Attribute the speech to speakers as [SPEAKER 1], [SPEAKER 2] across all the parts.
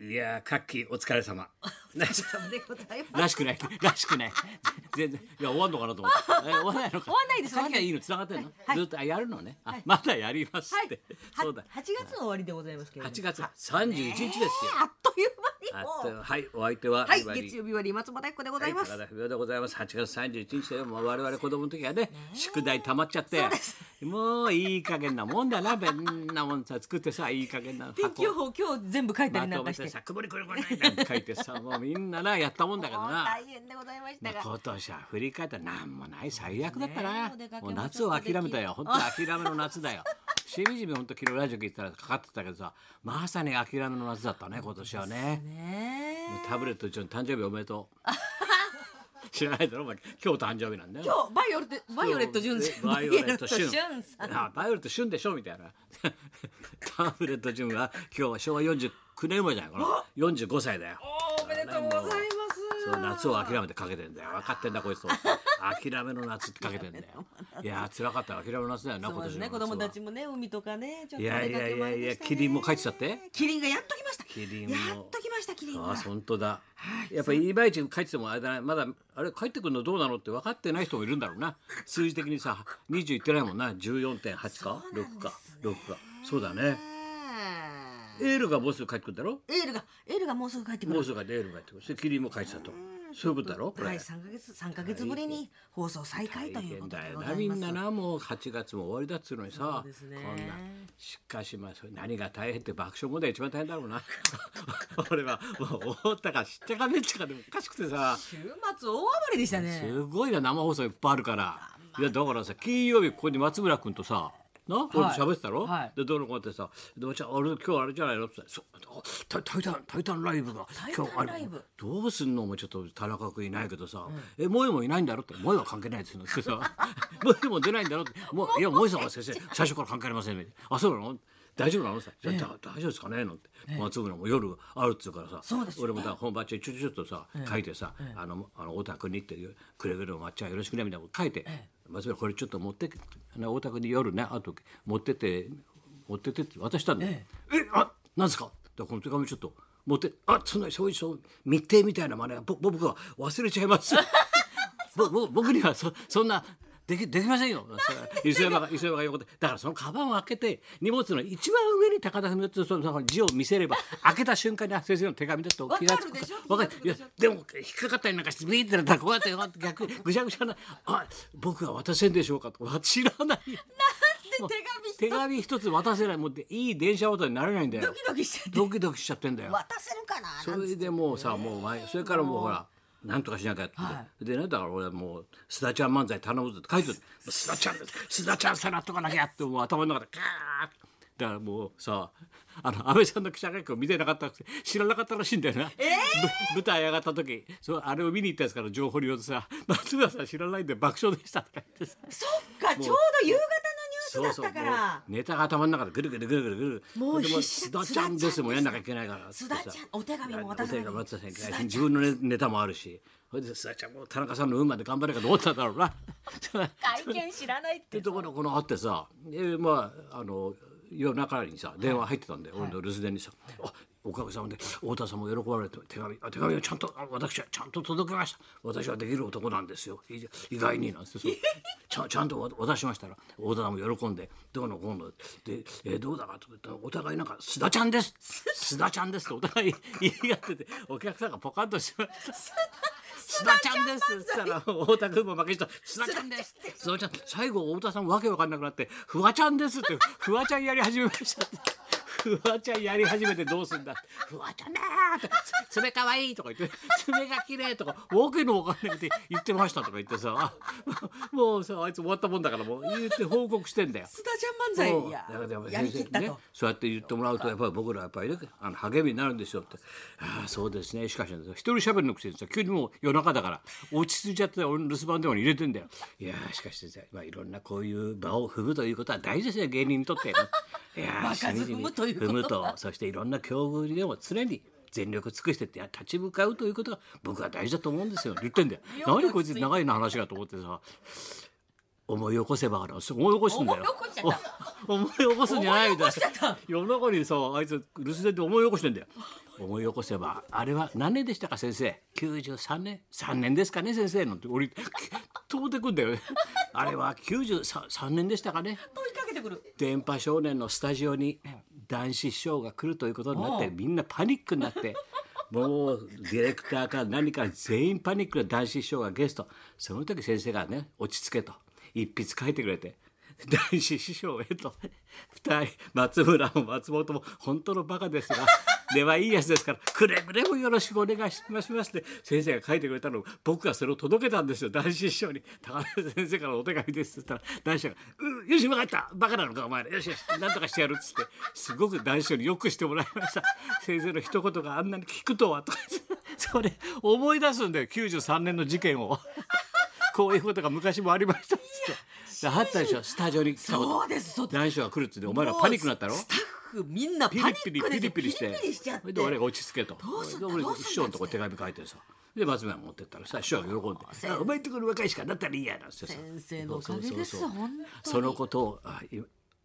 [SPEAKER 1] いやー、各期お疲れ様。
[SPEAKER 2] お疲れ様でございます。
[SPEAKER 1] らしくない、らしくない。全然、いや、終わんのかなと思った。え終わんないのか。
[SPEAKER 2] 終わんないです
[SPEAKER 1] さっきはいいの、繋がってんの。
[SPEAKER 2] はい
[SPEAKER 1] ずっと、あやるのね。あ、
[SPEAKER 2] はい
[SPEAKER 1] まだやります
[SPEAKER 2] は
[SPEAKER 1] っ
[SPEAKER 2] い
[SPEAKER 1] て。。
[SPEAKER 2] は
[SPEAKER 1] そうだ。
[SPEAKER 2] 8月の終わりでございますけれども。
[SPEAKER 1] 8月31日ですよ。
[SPEAKER 2] えーあっという間
[SPEAKER 1] あ
[SPEAKER 2] に
[SPEAKER 1] っという
[SPEAKER 2] もう。
[SPEAKER 1] はい、お相手は。
[SPEAKER 2] はい、
[SPEAKER 1] ビバリー
[SPEAKER 2] 月曜日は松本彦でございます。
[SPEAKER 1] はい、高田文夫でございます。8月31日だよ。もう我々子供の時はね、宿題溜まっちゃって
[SPEAKER 2] そうです。
[SPEAKER 1] もういい加減なもんだな、べんなもんさ、作ってさ、いい加減な。
[SPEAKER 2] 天気予報今日全部書いた
[SPEAKER 1] ま
[SPEAKER 2] りな
[SPEAKER 1] と
[SPEAKER 2] ん
[SPEAKER 1] め
[SPEAKER 2] かしてて。
[SPEAKER 1] さ、曇りこれこれなんて書いてさ、もうみんなな、やったもんだから
[SPEAKER 2] もう
[SPEAKER 1] な。
[SPEAKER 2] 大変でございましたが。
[SPEAKER 1] 今年は振り返ったら何もない最悪だったな、
[SPEAKER 2] ねえお出かけ
[SPEAKER 1] も
[SPEAKER 2] も
[SPEAKER 1] う夏を諦めたよ本当諦めの夏だよしみじみ本当昨日ラジオ聞いてたらかかってたけどさまさに諦めの夏だったね今年はね
[SPEAKER 2] ねえ。
[SPEAKER 1] タブレットちゃん誕生日おめでと う知らないだろお前今日誕生日なんだよ
[SPEAKER 2] 今日バイオレットバイオレットジュンさん。
[SPEAKER 1] バイオレット
[SPEAKER 2] バイ
[SPEAKER 1] 旬
[SPEAKER 2] オレットジュンさん。
[SPEAKER 1] あバイオレット旬でしょみたいなタブレット旬は今日は昭和49年生まれじゃないかな45歳だよ
[SPEAKER 2] おめでとうございます。
[SPEAKER 1] そう夏を諦めてかけてんだよ分かってんだこいつと思って諦めの夏ってかけてん だよいやー辛かった諦めの夏だよな
[SPEAKER 2] そ
[SPEAKER 1] 今
[SPEAKER 2] う
[SPEAKER 1] 年
[SPEAKER 2] で
[SPEAKER 1] の夏
[SPEAKER 2] すね。
[SPEAKER 1] は
[SPEAKER 2] 子供たちもね、海とかね、ちょっとお出
[SPEAKER 1] や
[SPEAKER 2] か
[SPEAKER 1] いや
[SPEAKER 2] け
[SPEAKER 1] いや
[SPEAKER 2] 前
[SPEAKER 1] いや
[SPEAKER 2] でしたね
[SPEAKER 1] キリンも帰ってきたって
[SPEAKER 2] キリンがやっと来ました。
[SPEAKER 1] キリンも
[SPEAKER 2] やっと来ましたキリン
[SPEAKER 1] あ
[SPEAKER 2] が
[SPEAKER 1] あ。本当だ、やっぱりいまいち帰っててもあれだなまだあれ帰ってくるのどうなのって分かってない人もいるんだろう な数字的にさ20いってないもんな14.8か6か6かそうだねエールがもうすぐ帰ってくるんだろ
[SPEAKER 2] エールがエールがもうすぐ帰ってく
[SPEAKER 1] もう
[SPEAKER 2] る。
[SPEAKER 1] すぐエールが帰ってくるそれキリンも帰ってたとそういうことだろこれ、
[SPEAKER 2] はい、三ヶ月三ヶ月ぶりに放送再開ということ
[SPEAKER 1] 大
[SPEAKER 2] で
[SPEAKER 1] 変
[SPEAKER 2] ご
[SPEAKER 1] だよ
[SPEAKER 2] ざ
[SPEAKER 1] なみ
[SPEAKER 2] いま
[SPEAKER 1] んな
[SPEAKER 2] す。
[SPEAKER 1] なもう8月も終わりだっつうのにさ
[SPEAKER 2] そうですね
[SPEAKER 1] こんなしかしまあそれ何が大変って爆笑問題一番大変だろうな 俺はもう思ったか知ったかねっちかでもおかしくてさ
[SPEAKER 2] 週末大暴れでしたね。
[SPEAKER 1] すごいな生放送いっぱいあるからいやだからさ金曜日ここに松村君とさな、俺と喋ってたろ、
[SPEAKER 2] はい
[SPEAKER 1] でどうのこうのってさ「でお茶俺今日あれじゃないの?」って言ったらそうタタイタンタイタンライブが
[SPEAKER 2] イ
[SPEAKER 1] 今
[SPEAKER 2] タン
[SPEAKER 1] 日あ
[SPEAKER 2] ライ
[SPEAKER 1] れ
[SPEAKER 2] ブ
[SPEAKER 1] どうすんのお前ちょっと田中君いないけどさ「え萌えもいないんだろ?」って「萌えは関係ないですよ」って さ「萌えも出ないんだろ?」って「もういや萌えさんは先生最初から関係ありません」みたいな「あそうなの?」大丈夫なのさ、じゃあだ大丈夫ですかねのって、松村も夜あるっつうからさ、
[SPEAKER 2] そうですよ
[SPEAKER 1] 俺
[SPEAKER 2] ね
[SPEAKER 1] もだから本番中ちょちょちょっとさ、書いてさ、あのあの太田君にっていうくれぐれも抹茶よろしくねみたいなこと書いて、松村これちょっと持ってけあの太田君に夜ねあと持ってって持ってってって渡したんだよ。えあなんですか？だからこの手紙ちょっと持ってあそんなそういうそう密偵みたいな真似はぼ僕は忘れちゃい ます。ぼぼ僕にはそそんなできできませんよ。磯山が磯山が横でだからそのカバンを開けて荷物の一番上に高田文夫っていうそのその字を見せれば開けた瞬間にあ先生の手紙だと気が付
[SPEAKER 2] わかるでしょ
[SPEAKER 1] わかるい
[SPEAKER 2] 気
[SPEAKER 1] や
[SPEAKER 2] が付く
[SPEAKER 1] でも引っかかったりなんかしてビーってなったらこうやってこうやって逆にぐちゃぐちゃなあ僕は渡せんでしょうかと知ら ない
[SPEAKER 2] で手
[SPEAKER 1] 手
[SPEAKER 2] 紙ド
[SPEAKER 1] 紙一つ渡せないもうでいい電車渡りになれないんだよ
[SPEAKER 2] キドキしちゃって
[SPEAKER 1] ドキドキしちゃってんだよ。
[SPEAKER 2] 渡せるかな。
[SPEAKER 1] それでもうさもう前それからもうほらなんとかしなきゃって、でねだから俺はもう「須田ちゃん漫才頼むぞ」って書いてる「須田ちゃんです須田ちゃんさらっとかなきゃ」ってもう頭の中でカーッだからもうさあの安倍さんの記者会見を見てなかったくせ知らなかったらしいんだよな、ぶ舞台上がった時そうあれを見に行ったやつから情報によってさ「松村さん知らないんで爆笑でした」とか言ってさ
[SPEAKER 2] そっかちょうど夕方のニュースだったか
[SPEAKER 1] も
[SPEAKER 2] ら
[SPEAKER 1] う。ネタが頭の中でぐるぐるぐるぐるぐる
[SPEAKER 2] もう
[SPEAKER 1] で
[SPEAKER 2] 必死
[SPEAKER 1] 須田ちゃんですもんやんなきゃいけないから
[SPEAKER 2] 須田ちゃん
[SPEAKER 1] ってさ
[SPEAKER 2] お手紙も渡さなきゃ
[SPEAKER 1] お手紙も渡さなきゃいけない
[SPEAKER 2] 須田ち
[SPEAKER 1] し
[SPEAKER 2] ゃん
[SPEAKER 1] 自分のねネタもあるしそれで須田ちゃんも田中さんの運まで頑張れかと思ったんだろうな
[SPEAKER 2] 会見知らないっ
[SPEAKER 1] ってところがこのあってさでまああの夜中にさ電話入ってたんで、俺の留守電にさ「あおかげさまで太田さんも喜ばれて手紙あ手紙をちゃんとあ私はちゃんと届けました私はできる男なんですよい意外に」なんつって そうちゃんちゃんとわ渡しましたら太田さんも喜んで「どうのこうの」で「えーどうだか」と思ったらお互いなんか「須田ちゃん です須田ちゃんです」とお互い言い合っててお客さんがポカンとしてました。須田ちゃんですって言ったら太田君も負けした須田ちゃんです須田ちゃん最後太田さんわけわかんなくなってフワちゃんですってフワちゃんやり始めましたってフワちゃんやり始めてどうすんだってフワちゃんだーって爪かわいいとか言って爪が綺麗とかわけのわかんなくて言ってましたとか言ってさもうさあいつ終わったもんだからもう言って報告してんだよ
[SPEAKER 2] 須田ちゃん漫才いや
[SPEAKER 1] だからでも
[SPEAKER 2] やりきっ
[SPEAKER 1] 先生
[SPEAKER 2] たと
[SPEAKER 1] ね。そうやって言ってもらうとやっぱり僕らやっぱりねあの励みになるんですよってああそうですねしかし一人喋るのくせにさ急にもう夜中だから落ち着いちゃって俺の留守番電話に入れてんだよいやーしかし先生、まあ、いろんなこういう場を踏むということは大事ですね芸人にとって。いやー
[SPEAKER 2] 場数踏むということ
[SPEAKER 1] 踏むとそしていろんな境遇にでも常に全力尽くしてって立ち向かうということが僕は大事だと思うんですよって言ってんだよ。 何こいつ長いな話がと思ってさ思い起こせばからすごい思い起こすんだよ。
[SPEAKER 2] 思い起こしちゃった
[SPEAKER 1] お思い起こすんじゃないみたい
[SPEAKER 2] 思い起こしちゃっ
[SPEAKER 1] な夜中にさあいつ留守電で思い起こしてんだよ思い起こせばあれは何年でしたか先生93年3年ですかね先生なんて俺飛んでくんだよねあれは93年でしたかね
[SPEAKER 2] 問いかけてくる
[SPEAKER 1] 電波少年のスタジオに男子師匠が来るということになってみんなパニックになってもうディレクターから何から全員パニックで男子師匠がゲストその時先生がね落ち着けと一筆書いてくれて男子師匠へと2人松村も松本も本当のバカですが ではいいやつですからくれぐれもよろしくお願いしますって先生が書いてくれたのを僕がそれを届けたんですよ男子師匠に「高田先生からお手紙です」って言ったら男子師匠が「うよし分かったバカなのかお前らよしよしなんとかしてやる」っつってすごく男子師匠によくしてもらいました先生の一言があんなに聞くとはとか言ってそれ思い出すんだよ93年の事件を。こういうことが昔もありましたっつって。あったでしょスタジオに来たこと
[SPEAKER 2] そうですそうです
[SPEAKER 1] 男子が来るっつってお前らパニックになったろ
[SPEAKER 2] もうスタッフみんなパ
[SPEAKER 1] ピ
[SPEAKER 2] ニ
[SPEAKER 1] リ
[SPEAKER 2] ック
[SPEAKER 1] ピリピリピリして
[SPEAKER 2] ピリピリしちゃっ
[SPEAKER 1] そ
[SPEAKER 2] て
[SPEAKER 1] れで俺が落ち着けと
[SPEAKER 2] うすんだ
[SPEAKER 1] で俺
[SPEAKER 2] どうすんだ
[SPEAKER 1] 師匠のとこ手紙書いてさで松村が持ってったらさ師匠が喜んであ「お前んとこの若いしかなったらいいや」なんてさ
[SPEAKER 2] 先生のおかげで
[SPEAKER 1] そ
[SPEAKER 2] す
[SPEAKER 1] うそうそう
[SPEAKER 2] 本当に
[SPEAKER 1] そのことをあい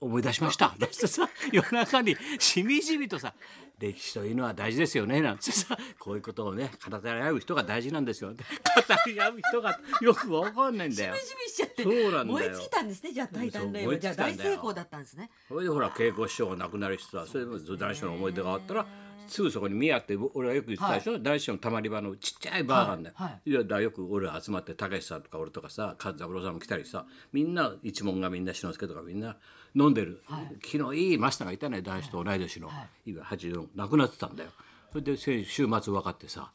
[SPEAKER 1] 思い出しま した。だってさ夜中にしみじみとさ歴史というのは大事ですよねなんてさこういうことをね語り合う人が大事なんですよって語り合う人がよくわかんないんだよ
[SPEAKER 2] し。みじみしちゃって
[SPEAKER 1] そうなんだよ
[SPEAKER 2] 燃え尽きたんですねじゃあ大胆な
[SPEAKER 1] そう燃え
[SPEAKER 2] じゃあ
[SPEAKER 1] 尽きた
[SPEAKER 2] 大
[SPEAKER 1] んだよ
[SPEAKER 2] 成功だったんですね
[SPEAKER 1] それでほら稽古師匠が亡くなる人はそれでも男子の思い出があったらすぐそこに宮って俺はよく言ってたでしょ、男子のたまり場のちっちゃいバーがあんだよ、、
[SPEAKER 2] はいはい
[SPEAKER 1] やだからよく俺ら集まってたけしさんとか俺とかさ勘三郎さんも来たりさみんな一門がみんな志の輔とかみんな飲んでる、昨日いいマスターがいたね男子と同い年の、今84亡くなってたんだよそれで先週末分かってさ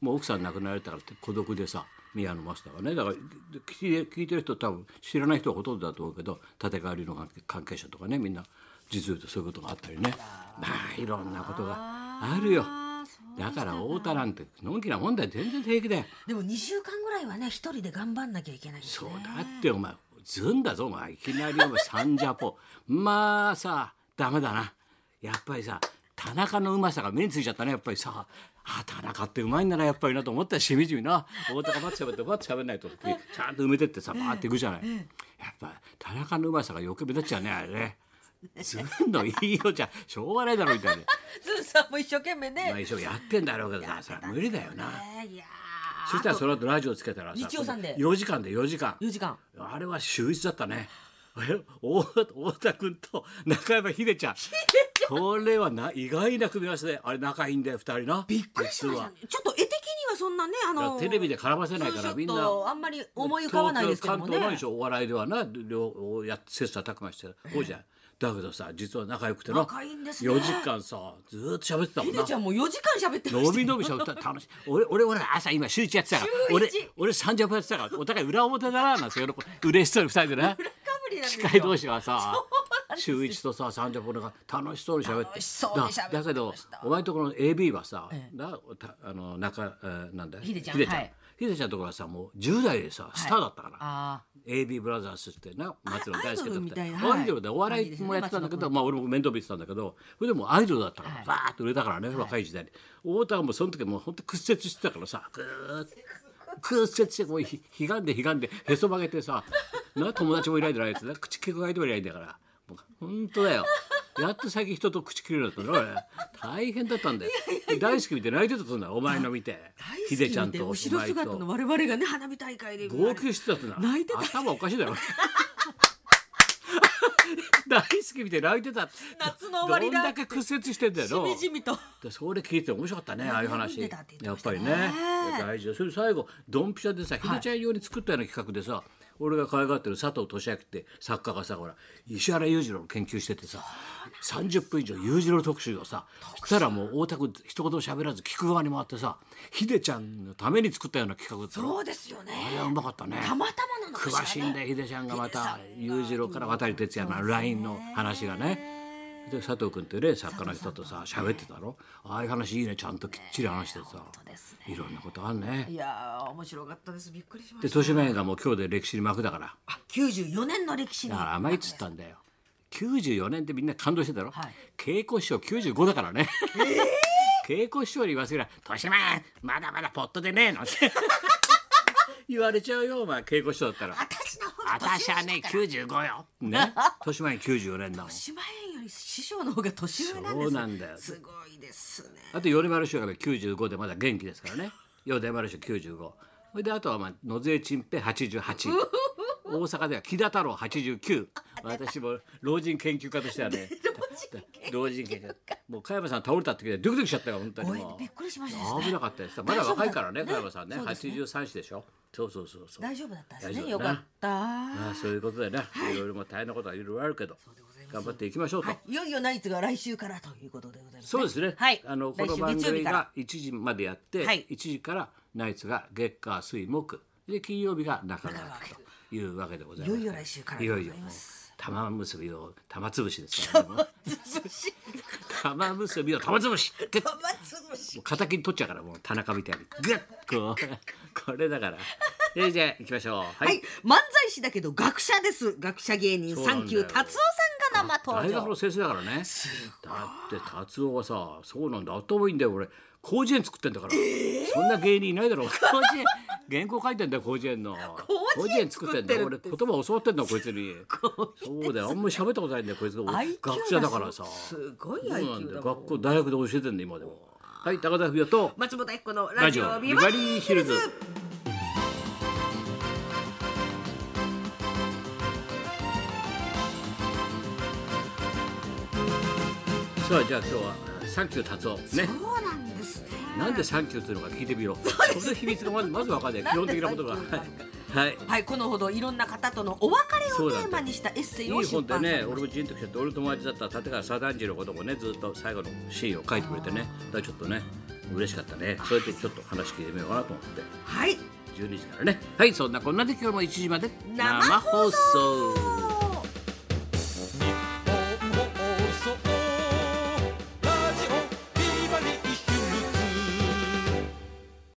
[SPEAKER 1] もう奥さん亡くなられたからって孤独でさ宮野マスターがねだから聞いて聞いてる人多分知らない人はほとんどだと思うけど立川流の関係関係者とかねみんな実を言うとそういうことがあったりねまあいろんなことがあるよ
[SPEAKER 2] あーそう
[SPEAKER 1] だから太田なんてのんきなもんだよ全然平気だよ
[SPEAKER 2] でも2週間ぐらいはね一人で頑張んなきゃいけないんです
[SPEAKER 1] そう
[SPEAKER 2] ね
[SPEAKER 1] だってお前ずんだぞお前いきなりお前サンジャポ まあさダメだなやっぱりさ田中のうまさが目についちゃったねやっぱりさあ田中ってうまいんだなやっぱりなと思ったらしみじみな大高バッチ喋ってバッチ喋んない とちゃんと埋めてってさバーっていくじゃない、やっぱ田中のうまさが余計目立っちゃうねあれねずんのいいよじゃしょうがないだろみたいな、
[SPEAKER 2] ズンさんも一生懸命ね
[SPEAKER 1] まあ、一生やってんだろうけどさ無理だよな
[SPEAKER 2] ねいやー
[SPEAKER 1] そしたらその後ラジオつけたらさ
[SPEAKER 2] 日曜サンデー
[SPEAKER 1] 4時間で4時間
[SPEAKER 2] 4時間
[SPEAKER 1] あれは秀逸だったね。 え大太田君と中山秀ちゃん。これはな意外な組み合わせで、あれ仲いいんだよ、二人な。びっ
[SPEAKER 2] びっくりしましたねちょっと絵的にはそんなねあの
[SPEAKER 1] テレビで絡ませないか
[SPEAKER 2] ツ
[SPEAKER 1] ら、
[SPEAKER 2] ーショット
[SPEAKER 1] みんな。
[SPEAKER 2] あんまり思い浮かばないですけども
[SPEAKER 1] 東京関東な
[SPEAKER 2] ね
[SPEAKER 1] いでしょお笑いではな両や切磋琢磨してこうじゃん、だけどさ実は仲良くてな
[SPEAKER 2] 仲いいんですね
[SPEAKER 1] 4時間さずーっと喋ってたもん
[SPEAKER 2] ひで
[SPEAKER 1] な
[SPEAKER 2] ちゃんも4時間喋ってま
[SPEAKER 1] 伸
[SPEAKER 2] した
[SPEAKER 1] び伸びしゃべった楽しい俺俺俺朝今週一やってたから
[SPEAKER 2] 週一
[SPEAKER 1] 俺俺三十分やってたからお互い裏表だななんて喜ぶ嬉しそうに二人でね
[SPEAKER 2] かぶりなんです
[SPEAKER 1] 司
[SPEAKER 2] よ
[SPEAKER 1] 会同士がさ週一とさ三十分が楽しそうに喋って
[SPEAKER 2] 楽しそうに喋ってました
[SPEAKER 1] だだけどお前のところの AB はさ、なたあの中、えーなんだ
[SPEAKER 2] ひでちゃん
[SPEAKER 1] ひでちゃん、
[SPEAKER 2] はい
[SPEAKER 1] ひでちゃんのところはさもう10代でさスターだったから、
[SPEAKER 2] あ
[SPEAKER 1] AB ブラザーズってな松野大輔
[SPEAKER 2] アイドル
[SPEAKER 1] と
[SPEAKER 2] み
[SPEAKER 1] か
[SPEAKER 2] たいなはい
[SPEAKER 1] アイドルでお笑いもやってたんだけど、まあ俺も面倒見てたんだけどそれでもうアイドルだったからバーッと売れたからね、若い時代に太田はもうその時もう本当屈折してたからさぐーっと屈折してもうひひがんでひがんでへそ曲げてさな友達もいないでないやつね口利く相手もいないんだからもう本当だよやっと最近人と口切るようになったの俺大変だったんだよ大好き見て泣いてたとすんだよお前の見て
[SPEAKER 2] ー大好きで
[SPEAKER 1] お前と
[SPEAKER 2] 後ろ姿の我々がね花火大会で
[SPEAKER 1] 号泣してたってな
[SPEAKER 2] 泣いてた
[SPEAKER 1] 頭おかしいだ ろ大好き見て泣いてたって
[SPEAKER 2] 夏の終わりだ
[SPEAKER 1] どんだけ屈折してんだよ
[SPEAKER 2] しみじみと
[SPEAKER 1] でそれ聞いて面白かったねああいう話
[SPEAKER 2] 涙出たって言
[SPEAKER 1] やっ
[SPEAKER 2] っ
[SPEAKER 1] てぱ
[SPEAKER 2] ま
[SPEAKER 1] り
[SPEAKER 2] した
[SPEAKER 1] ね
[SPEAKER 2] ね
[SPEAKER 1] 大事よそれ最後ドンピシャでさひでちゃん用に作ったような企画でさ、俺が可愛がってる佐藤俊明って作家がさほら石原裕次郎の研究しててさ30分以上裕次郎特集をさしたらもう大田区一言も喋らず聞く側に回ってさひでちゃんのために作ったような企画だったの
[SPEAKER 2] そうですよね
[SPEAKER 1] あれはうまかったね
[SPEAKER 2] たまたまなのかしら、
[SPEAKER 1] 詳しい
[SPEAKER 2] ね、
[SPEAKER 1] んだよ秀ちゃんがまた
[SPEAKER 2] ヒデさんが
[SPEAKER 1] 裕次郎から渡哲也の LINE の話がねで佐藤君ってね作家の人とさ喋ってたろああいう話いいねちゃんときっちり話してさ
[SPEAKER 2] 当です
[SPEAKER 1] いろんなことあるね
[SPEAKER 2] いやー面白かったですびっくりしま
[SPEAKER 1] で
[SPEAKER 2] した
[SPEAKER 1] 豊島園がもう今日で歴史に幕だから
[SPEAKER 2] あ94年の歴史に
[SPEAKER 1] だから甘いっつったんだよ94年ってみんな感動してたろ、
[SPEAKER 2] はい
[SPEAKER 1] 稽古師匠95だからね、 稽古師匠に言わせりゃ「豊島園まだまだポットでねえの」って 言われちゃうよお前稽古師匠だったら
[SPEAKER 2] 私の方が年
[SPEAKER 1] 私はね
[SPEAKER 2] 下だから
[SPEAKER 1] 95よ。ね。豊島園94年だもん。
[SPEAKER 2] 豊島園より師匠の方が年上なんですね
[SPEAKER 1] そうなんだよ
[SPEAKER 2] すごいですね
[SPEAKER 1] あと米丸師匠が95でまだ元気ですからね米丸師匠95それであとは、まあ、野末チンペ88大阪では木田太郎89私も老人研究家としてはね老人研究家もう加山さん倒れた時はドキドキしちゃったよ本当に
[SPEAKER 2] ご
[SPEAKER 1] も
[SPEAKER 2] 縁
[SPEAKER 1] う
[SPEAKER 2] びっくりしましたですね
[SPEAKER 1] 危なかったですまだ若いからね
[SPEAKER 2] 大
[SPEAKER 1] 加
[SPEAKER 2] 丈夫
[SPEAKER 1] 山さんね
[SPEAKER 2] そうですね
[SPEAKER 1] 83歳でしょそうそうそうそう
[SPEAKER 2] 大丈夫だったんです
[SPEAKER 1] 大
[SPEAKER 2] ね
[SPEAKER 1] 丈夫
[SPEAKER 2] よ
[SPEAKER 1] だな
[SPEAKER 2] かった
[SPEAKER 1] まあそういうことでね、い、ろいろもう大変なことはいろいろあるけど頑張っていきましょうと、
[SPEAKER 2] はい、いよいよナイツが来週からということでございます、
[SPEAKER 1] そうですね、
[SPEAKER 2] はい、
[SPEAKER 1] あのこ
[SPEAKER 2] 来
[SPEAKER 1] の
[SPEAKER 2] 週
[SPEAKER 1] 番
[SPEAKER 2] 月曜
[SPEAKER 1] 組
[SPEAKER 2] 日から
[SPEAKER 1] が1時までやって、
[SPEAKER 2] はい
[SPEAKER 1] 1時からナイツが月火水木で金曜日が中川
[SPEAKER 2] 中川
[SPEAKER 1] というわけでございます
[SPEAKER 2] いよいよ来週からで
[SPEAKER 1] い
[SPEAKER 2] ご
[SPEAKER 1] よ
[SPEAKER 2] ざい
[SPEAKER 1] いよも
[SPEAKER 2] ま
[SPEAKER 1] う
[SPEAKER 2] す
[SPEAKER 1] 玉結びを玉つぶしですから、ね、玉結びを玉つぶしグッもう敵に取っちゃうからもう田中みたいにグッこうこれだからえーじゃあ行きましょうはい、
[SPEAKER 2] はい、漫才師だけど学者です学者芸人
[SPEAKER 1] うなん
[SPEAKER 2] サ
[SPEAKER 1] だよ
[SPEAKER 2] ンキュー達夫さんが生
[SPEAKER 1] 大
[SPEAKER 2] 登
[SPEAKER 1] 学
[SPEAKER 2] 場
[SPEAKER 1] の先生だからねだって達夫はさそうなんだ頭いいんだよ俺広辞苑作ってんだから、そんな芸人いないだろ広辞苑原稿書いてんだよ広辞苑の
[SPEAKER 2] 広辞苑作ってる
[SPEAKER 1] 広辞苑作って
[SPEAKER 2] って
[SPEAKER 1] んだよ俺言葉教わってんだよこいつにそうだよあんまり喋ったことないんだよこいつが
[SPEAKER 2] IQ が
[SPEAKER 1] 学者だからさ
[SPEAKER 2] すごい
[SPEAKER 1] そうなんだ
[SPEAKER 2] IQ だ
[SPEAKER 1] よ
[SPEAKER 2] もん
[SPEAKER 1] 学校大学で教えてんだよ今でもはい高田文夫と
[SPEAKER 2] 松本彦のラ
[SPEAKER 1] ラ
[SPEAKER 2] ジ
[SPEAKER 1] ジ
[SPEAKER 2] オ
[SPEAKER 1] オ
[SPEAKER 2] ビ
[SPEAKER 1] ビ
[SPEAKER 2] バ
[SPEAKER 1] バ
[SPEAKER 2] リ
[SPEAKER 1] リ
[SPEAKER 2] ー
[SPEAKER 1] ー
[SPEAKER 2] ヒ
[SPEAKER 1] ヒ
[SPEAKER 2] ル
[SPEAKER 1] ル
[SPEAKER 2] ズ
[SPEAKER 1] ズさあじゃあ今日はサンキュー達夫ね
[SPEAKER 2] そうなんですね
[SPEAKER 1] なんでサンキューっていうのか聞いてみ よう。その秘密がまずまずわかんない。基本的なことが。は
[SPEAKER 2] なんでサンキュ
[SPEAKER 1] い。はい。
[SPEAKER 2] はいこのほどいろんな方とのお別れをテーマにしたエッセ
[SPEAKER 1] い
[SPEAKER 2] イを
[SPEAKER 1] い
[SPEAKER 2] 出
[SPEAKER 1] 本で
[SPEAKER 2] 版さ
[SPEAKER 1] ね、
[SPEAKER 2] れま
[SPEAKER 1] 俺
[SPEAKER 2] し
[SPEAKER 1] もジーンときちゃって、俺の友達だった立川左段次のこともね、ずっと最後のシーンを書いてくれてね、だからちょっとね、嬉しかったね。そうやってちょっと話聞いてみようかなと思って、
[SPEAKER 2] たはい
[SPEAKER 1] 12時からね。はい、そんなこんなで今日も1時まで
[SPEAKER 2] 生放
[SPEAKER 1] 送